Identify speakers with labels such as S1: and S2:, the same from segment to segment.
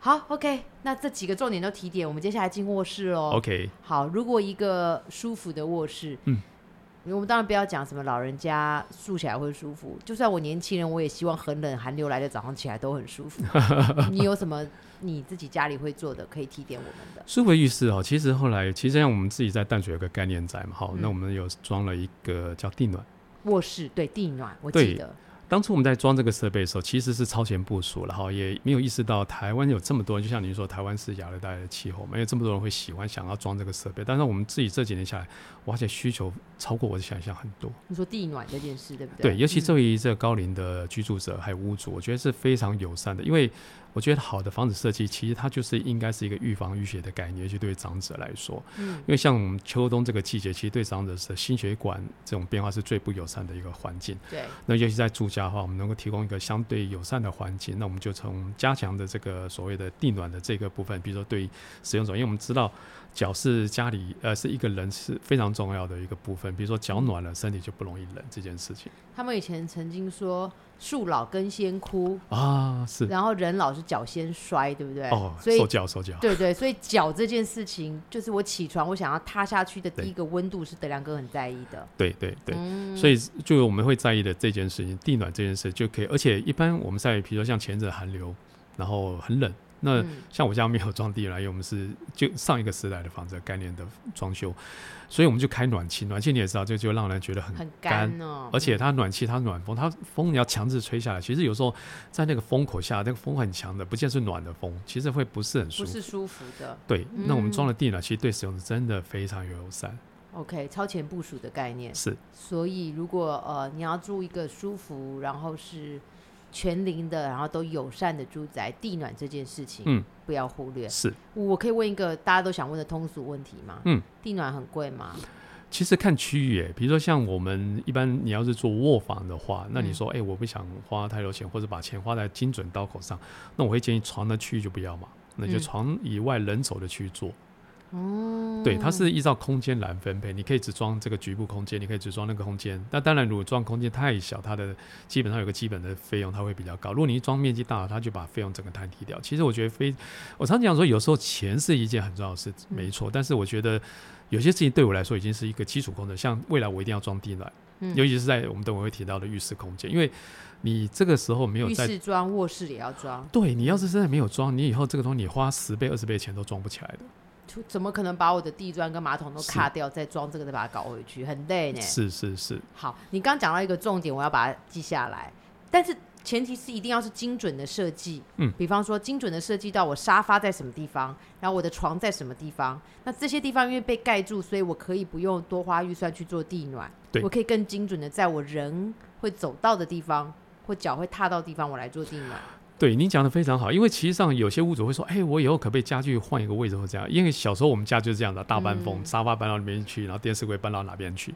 S1: 好，OK，那这几个重点都提点，我们接下来进卧室喽。
S2: OK，
S1: 好，如果一个舒服的卧室，
S2: 嗯，
S1: 我们当然不要讲什么老人家住起来会舒服，就算我年轻人，我也希望很冷寒流来的早上起来都很舒 服。你有什么你自己家里会做的可以提点我们的？
S2: 舒服浴室哦，其实后来其实像我们自己在淡水有个概念在嘛，好，
S1: 嗯
S2: 那我们有装了一个叫地暖。
S1: 卧室对地暖，我记
S2: 对
S1: 得
S2: 当初我们在装这个设备的时候，其实是超前部署了哈，也没有意识到台湾有这么多人，就像您说，台湾是亚热带的气候嘛，有这么多人会喜欢想要装这个设备。但是我们自己这几年下来，哇而且需求超过我的想象很多。
S1: 你说地暖这件事对不对？
S2: 对，尤其
S1: 嗯
S2: 对于这个高龄的居住者还有屋主，我觉得是非常友善的，因为我觉得好的房子设计，其实它就是应该是一个预防淤血的概念，尤其对于长者来说，
S1: 嗯
S2: 因为像我们秋冬这个季节，其实对长者的心血管这种变化是最不友善的一个环境。
S1: 对，
S2: 那尤其在住家的话，我们能够提供一个相对友善的环境，那我们就从加强的这个所谓的地暖的这个部分，比如说对于使用者，因为我们知道脚是家里呃是一个人是非常重要的一个部分，比如说脚暖了，身体就不容易冷这件事情
S1: 他们以前曾经说树老根先枯，
S2: 啊，是
S1: 然后人老是脚先摔，对不对？
S2: 哦，
S1: 所以
S2: 受教受教，
S1: 对对，所以脚这件事情，就是我起床我想要踏下去的第一个温度是德良哥很在意的。
S2: 对对对，
S1: 嗯
S2: 所以就我们会在意的这件事情，地暖这件事就可以，而且一般我们在比如说像前者寒流，然后很冷，那、
S1: 嗯
S2: 像我家没有装地暖，因为我们是就上一个时代的房子的概念的装修，所以我们就开暖气。暖气你也知道，这就让人觉得很
S1: 很
S2: 干，
S1: 干哦，
S2: 而且它暖气它暖风，它风你要强制吹下来。其实有时候在那个风口下，那个风很强的，不见是暖的风，其实会不是很舒
S1: 不
S2: 服。
S1: 是舒服的。
S2: 对，
S1: 嗯
S2: 那我们装了地暖，其实对使用者真的非常友善。
S1: OK，超前部署的概念。
S2: 是
S1: 所以如果呃你要住一个舒服，然后是全龄的，然后都友善的住宅，地暖这件事情，
S2: 嗯，
S1: 不要忽略。
S2: 是，
S1: 我可以问一个大家都想问的通俗问题吗？
S2: 嗯，
S1: 地暖很贵吗？
S2: 其实看区域诶，比如说像我们一般，你要是做卧房的话，那你说哎、诶我不想花太多钱，或者把钱花在精准刀口上，那我会建议床的区域就不要嘛，那就
S1: 嗯
S2: 床以外人走的区域做。
S1: 哦，
S2: 嗯对，它是依照空间来分配，你可以只装这个局部空间，你可以只装那个空间。那当然，如果装空间太小，它的基本上有个基本的费用，它会比较高。如果你一装面积大，它就把费用整个摊低掉。其实我觉得非，我常讲说，有时候钱是一件很重要的事，没错。
S1: 嗯
S2: 但是我觉得有些事情对我来说已经是一个基础功能，像未来我一定要装地暖，
S1: 嗯
S2: 尤其是在我们等会会提到的浴室空间，因为你这个时候没有
S1: 浴
S2: 在
S1: 室装，卧室也要装，
S2: 对你要是真的没有装，你以后这个东西你花十倍二十倍钱都装不起来的。
S1: 就怎么可能把我的地砖跟马桶都
S2: 是
S1: 卡掉，再装这个再把它搞回去，很累呢。
S2: 是是是，
S1: 好，你刚讲到一个重点，我要把它记下来，但是前提是一定要是精准的设计。
S2: 嗯
S1: 比方说精准的设计到我沙发在什么地方，然后我的床在什么地方，那这些地方因为被盖住，所以我可以不用多花预算去做地暖，
S2: 对
S1: 我可以更精准的在我人会走到的地方。或脚会踏到的地方，我来做地暖。
S2: 对您讲的非常好，因为其实上有些屋主会说，哎、我以后可不可以家具换一个位置或这样？因为小时候我们家就是这样的，大搬风，
S1: 嗯
S2: 沙发搬到里面去，然后电视柜搬到哪边去。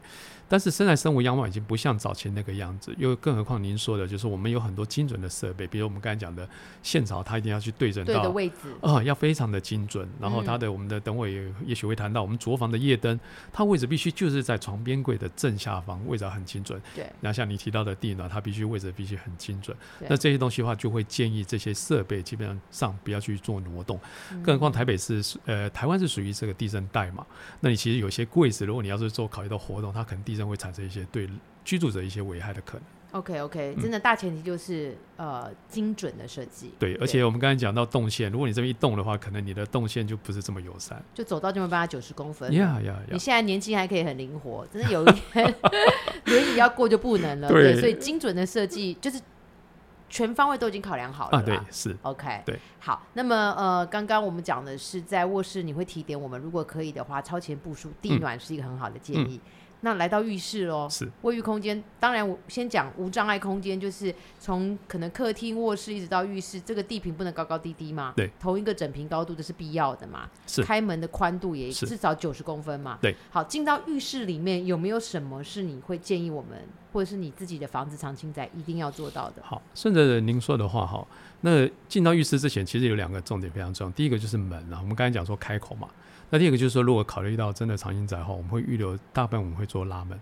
S2: 但是现在生活样貌已经不像早前那个样子，又更何况您说的，就是我们有很多精准的设备，比如我们刚才讲的线槽，它一定要去对准
S1: 对的
S2: 到。
S1: 位置，
S2: 啊、要非常的精准，然
S1: 嗯
S2: 后它的我们的等会也也许会谈到我们厨房的夜灯，它位置必须就是在床边柜的正下方，位置要很精准。
S1: 对，
S2: 那像你提到的地暖，它必须位置必须很精准
S1: 对。
S2: 那这些东西的话，就会建议这些设备基本上不要去做挪动。
S1: 嗯
S2: 更何况台北市是呃台湾是属于这个地震带嘛，那你其实有些柜子，如果你要是做考虑到活动，它可能地震会产生一些对居住者一些危害的可能。
S1: OK OK，
S2: 嗯
S1: 真的大前提就是、呃精准的设计，
S2: 对，而且我们刚才讲到动线，如果你这么一动的话，可能你的动线就不是这么友善。
S1: 就走到就没办法九十公分。
S2: 呀呀
S1: 你
S2: 呀！
S1: 现在年轻还可以很灵活，真的有一天 轮椅要过就不能了。
S2: 对
S1: 所以精准的设计就是全方位都已经考量好了
S2: 啊，
S1: 啦。
S2: 对，是
S1: OK，
S2: 对，
S1: 好，那么呃，刚刚我们讲的是在卧室，你会提点我们，如果可以的话，超前部署地
S2: 嗯
S1: 暖是一个很好的建议。那来到浴室喽，
S2: 是
S1: 卫浴空间，当然我先讲无障碍空间，就是从可能客厅、卧室一直到浴室，这个地坪不能高高低低嘛，
S2: 对，
S1: 同一个整平高度这是必要的嘛，
S2: 是
S1: 开门的宽度也
S2: 是
S1: 至少九十公分嘛，
S2: 对，
S1: 好，进到浴室里面有没有什么是你会建议我们，或者是你自己的房子常青宅一定要做到的？
S2: 好，顺着您说的话哈，那进到浴室之前，其实有两个重点非常重要。第一个就是门啊，我们刚才讲说开口嘛。那第二个就是说，如果考虑到真的长阴宅的话，我们会预留大半我们会做拉门，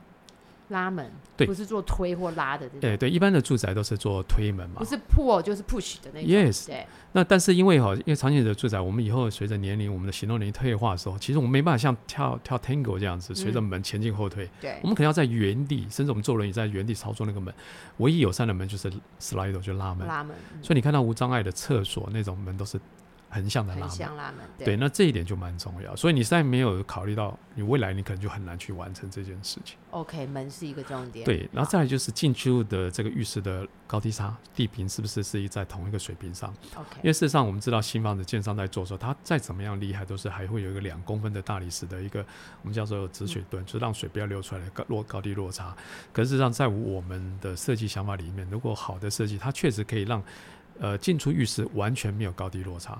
S1: 拉门，
S2: 对
S1: 不是做推或拉的这种，
S2: 哎，对，一般的住宅都是做推门嘛
S1: 不。是 pull 就是 push 的那种
S2: Yes
S1: 对，
S2: 那但是因为哈，因为长期的住宅，我们以后随着年龄，我们的行动能力退化的时候，其实我们没办法像跳跳 tango 这样子，随着门前进后退，
S1: 嗯对
S2: 我，们可能要在原地，甚至我们坐轮椅在原地操作那个门。唯一友善的门就是 slide 就拉门，
S1: 拉门，嗯
S2: 所以你看到无障碍的厕所那种门都是横向的拉
S1: 很
S2: 门。
S1: 像拉门，
S2: 对，，那这一点就蛮重要，所以你现在没有考虑到，你未来你可能就很难去完成这件事情。
S1: OK，门是一个重点。
S2: 对，然后再来就是进出入的这个浴室的高低差，地平是不是是在同一个水平上？因
S1: OK，
S2: 为事实上我们知道新房子建商在做的时候，它再怎么样厉害，都是还会有一个两公分的大理石的一个我们叫做止水墩，就是让水不要流出来的高落高低落差。可是事实上，在我们的设计想法里面，如果好的设计，它确实可以让呃进出浴室完全没有高低落差。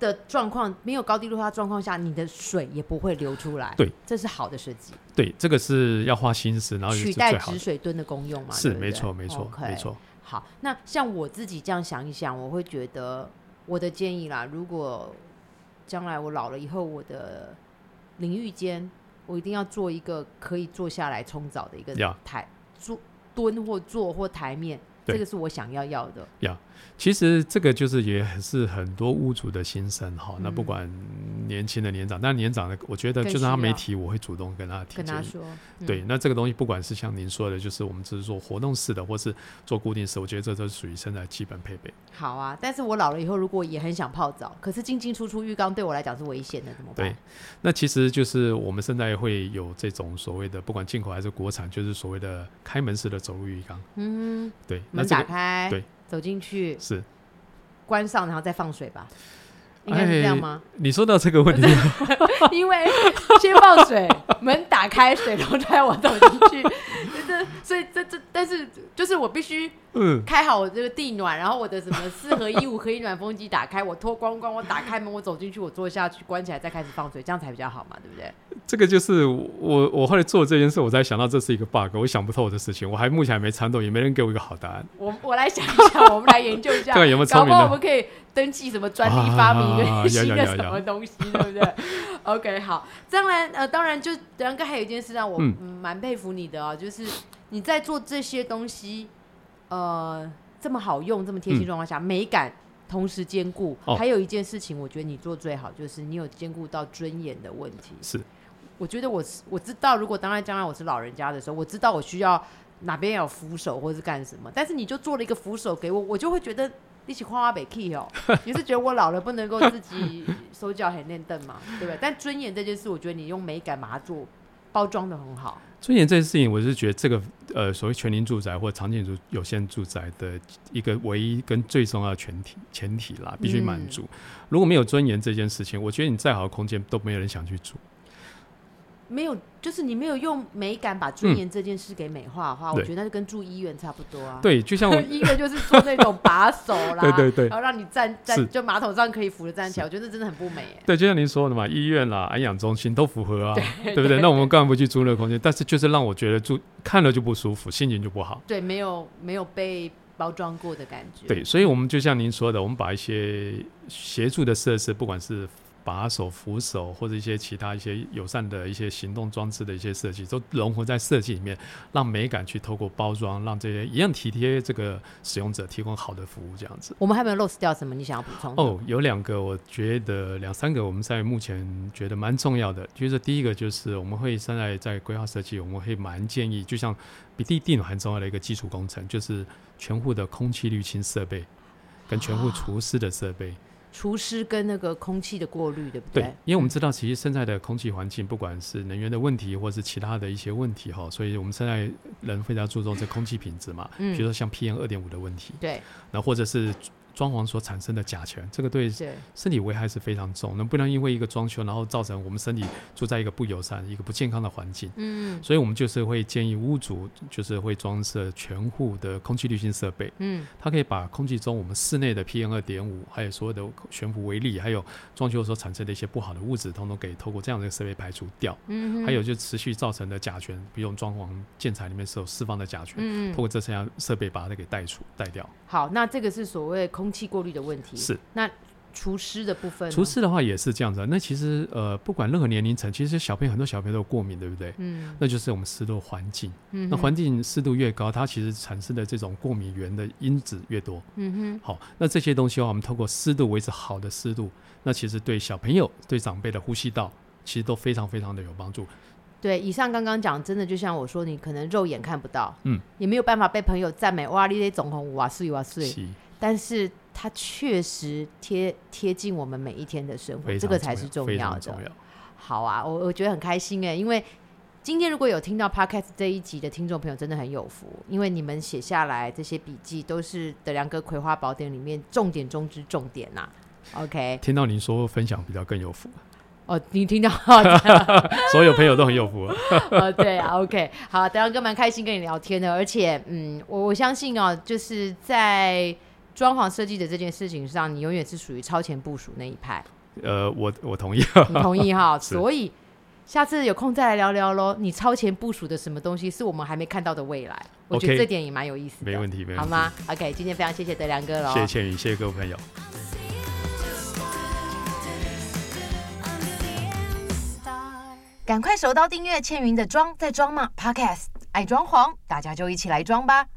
S1: 的状况没有高低落差状况下，你的水也不会流出来。
S2: 对，
S1: 这是好的设计，
S2: 对，这个是要花心思，然后也
S1: 取
S2: 是
S1: 代
S2: 最好
S1: 止
S2: 的。
S1: 水墩的功用嘛？
S2: 是
S1: 对不对
S2: 没错，没错，
S1: OK
S2: 没。错。
S1: 好，那像我自己这样想一想，我会觉得我的建议啦，如果将来我老了以后，我的淋浴间我一定要做一个可以坐下来冲澡的一个
S2: 呀
S1: 台坐蹲或坐或台面，
S2: 对
S1: 这个是我想要要的。
S2: 其实这个就是也是很多屋主的心声哈。那不
S1: 嗯
S2: 管年轻的年长，但年长的，我觉得
S1: 更
S2: 就算他
S1: 需
S2: 没
S1: 要
S2: 提，我会主动跟他提
S1: 跟
S2: 建
S1: 他
S2: 议。
S1: 说，嗯
S2: 对，那这个东西不管是像您说的，就是我们只是做活动式的，或是做固定式，我觉得这都是属于现在基本配备。
S1: 好啊，但是我老了以后，如果也很想泡澡，可是进进出出浴缸对我来讲是危险的，怎么办？
S2: 对，那其实就是我们现在会有这种所谓的，不管进口还是国产，就是所谓的开门式的走路浴缸。
S1: 嗯，
S2: 对，那
S1: 门
S2: 这
S1: 打
S2: 个
S1: 开，
S2: 对
S1: 走进去，
S2: 是
S1: 关上，然后再放水吧，
S2: 哎
S1: 应该是这样吗？
S2: 你说到这个问题，
S1: 因为 先放水，门打开，水龙头我走进去， 这所以这这，但是就是我必须
S2: 嗯，
S1: 开好我这个地暖，然后我的什么四合一、五合一暖风机打开，我脱光光，我打开门，我走进去，我坐下去，关起来再开始放水，这样才比较好嘛，对不对？
S2: 这个就是我我后来做这件事，我才想到这是一个 bug，我想不透的事情，我还目前还没参透，也没人给我一个好答案。
S1: 我我来想一想，我们来研究一下，
S2: 对有没有
S1: 搞
S2: 聪
S1: 不
S2: 明的
S1: 好我们可以登记什么专利，发明一
S2: 啊
S1: 个新
S2: 有
S1: 的
S2: 有有
S1: 什么东西，对不对？OK，好。当然，呃，当然就，然哥还有一件事让我
S2: 嗯
S1: 嗯蛮佩服你的哦，就是你在做这些东西，呃，这么好用、这么贴心
S2: 嗯
S1: 状况下，美感同时兼顾。
S2: 哦
S1: 还有一件事情，我觉得你做最好，就是你有兼顾到尊严的问题。
S2: 是，
S1: 我觉得我是我知道，如果当然将来我是老人家的时候，我知道我需要哪边有扶手或是干什么，但是你就做了一个扶手给我，我就会觉得一起夸花北 key 哦，你是觉得我老了不能够自己 手脚很练凳嘛，对不对？但尊严这件事，我觉得你用美感把它做包装的很好，
S2: 尊严这件事情，我是觉得这个呃所谓全龄住宅或长期住有限住宅的一个唯一跟最重要的前提前提啦，必须满足。如果没有尊严这件事情，我觉得你再好的空间都没有人想去住。
S1: 没有就是你没有用美感把尊严这件事给美化的话，我觉得那就跟住医院差不多啊。。
S2: 嗯对，就像 我
S1: 医院就是做那种把手啦，
S2: 对对对
S1: 然后让你站
S2: 是
S1: 站就马桶上可以扶着站起来，我觉得那真的很不美耶。
S2: 对，就像您说的嘛，医院啦、安养中心都符合啊，对不对？那我们干嘛不去租那个空间？但是就是让我觉得住看了就不舒服，心情就不好。
S1: 对，没有没有被包装过的感觉。
S2: 对，所以我们就像您说的，我们把一些协助的设施，不管是把手、扶手，或者一些其他一些友善的一些行动装置的一些设计，都融合在设计里面，让美感去透过包装，让这些一样体贴这个使用者，提供好的服务，这样子。
S1: 我们还没有 lost 掉什么？你想要补充的？
S2: 哦，有两个，我觉得两三个，我们在目前觉得蛮重要的，就是第一个就是我们会现在在规划设计，我们会蛮建议，就像比地地暖还重要的一个基础工程，就是全户的空气滤清设备跟全户除湿的设备。
S1: 除湿跟那个空气的过滤，对不
S2: 对，因为我们知道，其实现在的空气环境，不管是能源的问题，或是其他的一些问题哈，所以我们现在人非常注重这空气品质嘛，
S1: 嗯
S2: 比如说像 PM 二点五的问题，
S1: 对
S2: 那或者是装潢所产生的甲醛，这个对
S1: 对，
S2: 身体危害是非常重，那不能因为一个装修，然后造成我们身体处在一个不友善、一个不健康的环境。
S1: 嗯
S2: 所以，我们就是会建议屋主，就是会装设全户的空气滤清设备，
S1: 嗯，
S2: 它可以把空气中我们室内的 PM 二点五，还有所有的悬浮微粒，还有装修所产生的一些不好的物质，通通给透过这样的设备排除掉。
S1: 嗯
S2: 还有就持续造成的甲醛，比如我们装潢建材里面所释放的甲醛，
S1: 嗯
S2: 透过这项设备把它给带除、带掉。
S1: 好，那这个是所谓空气过滤的问题。
S2: 是，
S1: 那厨师的部分呢，哦
S2: 除此的话也是这样子啊。那其实呃，不管任何年龄层，其实小朋友很多小朋友都有过敏，对不对？
S1: 嗯，
S2: 那就是我们湿度环境。
S1: 嗯
S2: 那
S1: 哼
S2: 环境湿度越高，它其实产生的这种过敏源的因子越多。
S1: 嗯
S2: 好，那这些东西的话，我们透过湿度维持好的湿度，那其实对小朋友、对长辈的呼吸道，其实都非常非常的有帮助。
S1: 哼，对，以上刚刚讲，真的就像我说，你可能肉眼看不到，
S2: 嗯，
S1: 也没有办法被朋友赞美，哇，你得总红哇碎哇碎，
S2: 吸
S1: 但是它确实贴贴近我们每一天的生活，
S2: 非常
S1: 这个才是重
S2: 非
S1: 要
S2: 常
S1: 的。
S2: 重要。
S1: 好啊，我我觉得很开心哎，因为今天如果有听到 podcast 这一集的听众朋友，真的很有福，因为你们写下来这些笔记都是《德良哥葵花宝典》里面重点中之重点呐、OK，
S2: 听到您说分享比较更有福，
S1: 哦，你听到
S2: 所有朋友都很有福啊。
S1: 哦，对啊，OK，好，德良哥蛮开心跟你聊天的，而且，嗯，我我相信哦，就是在装潢设计的这件事情上，你永远是属于超前部署那一派，
S2: 呃，我我同意。
S1: 你同意哈？
S2: 是
S1: 所以下次有空再来聊聊喽。你超前部署的什么东西是我们还没看到的未来？我觉得
S2: OK
S1: 这点也蛮有意思的，
S2: 没问题，没问题。
S1: 好吗？OK，今天非常谢谢德良哥喽，
S2: 谢谢倩宇，谢谢各位朋友。
S1: 赶快手刀订阅倩云的装在装嘛 Podcast，爱装潢，大家就一起来装吧。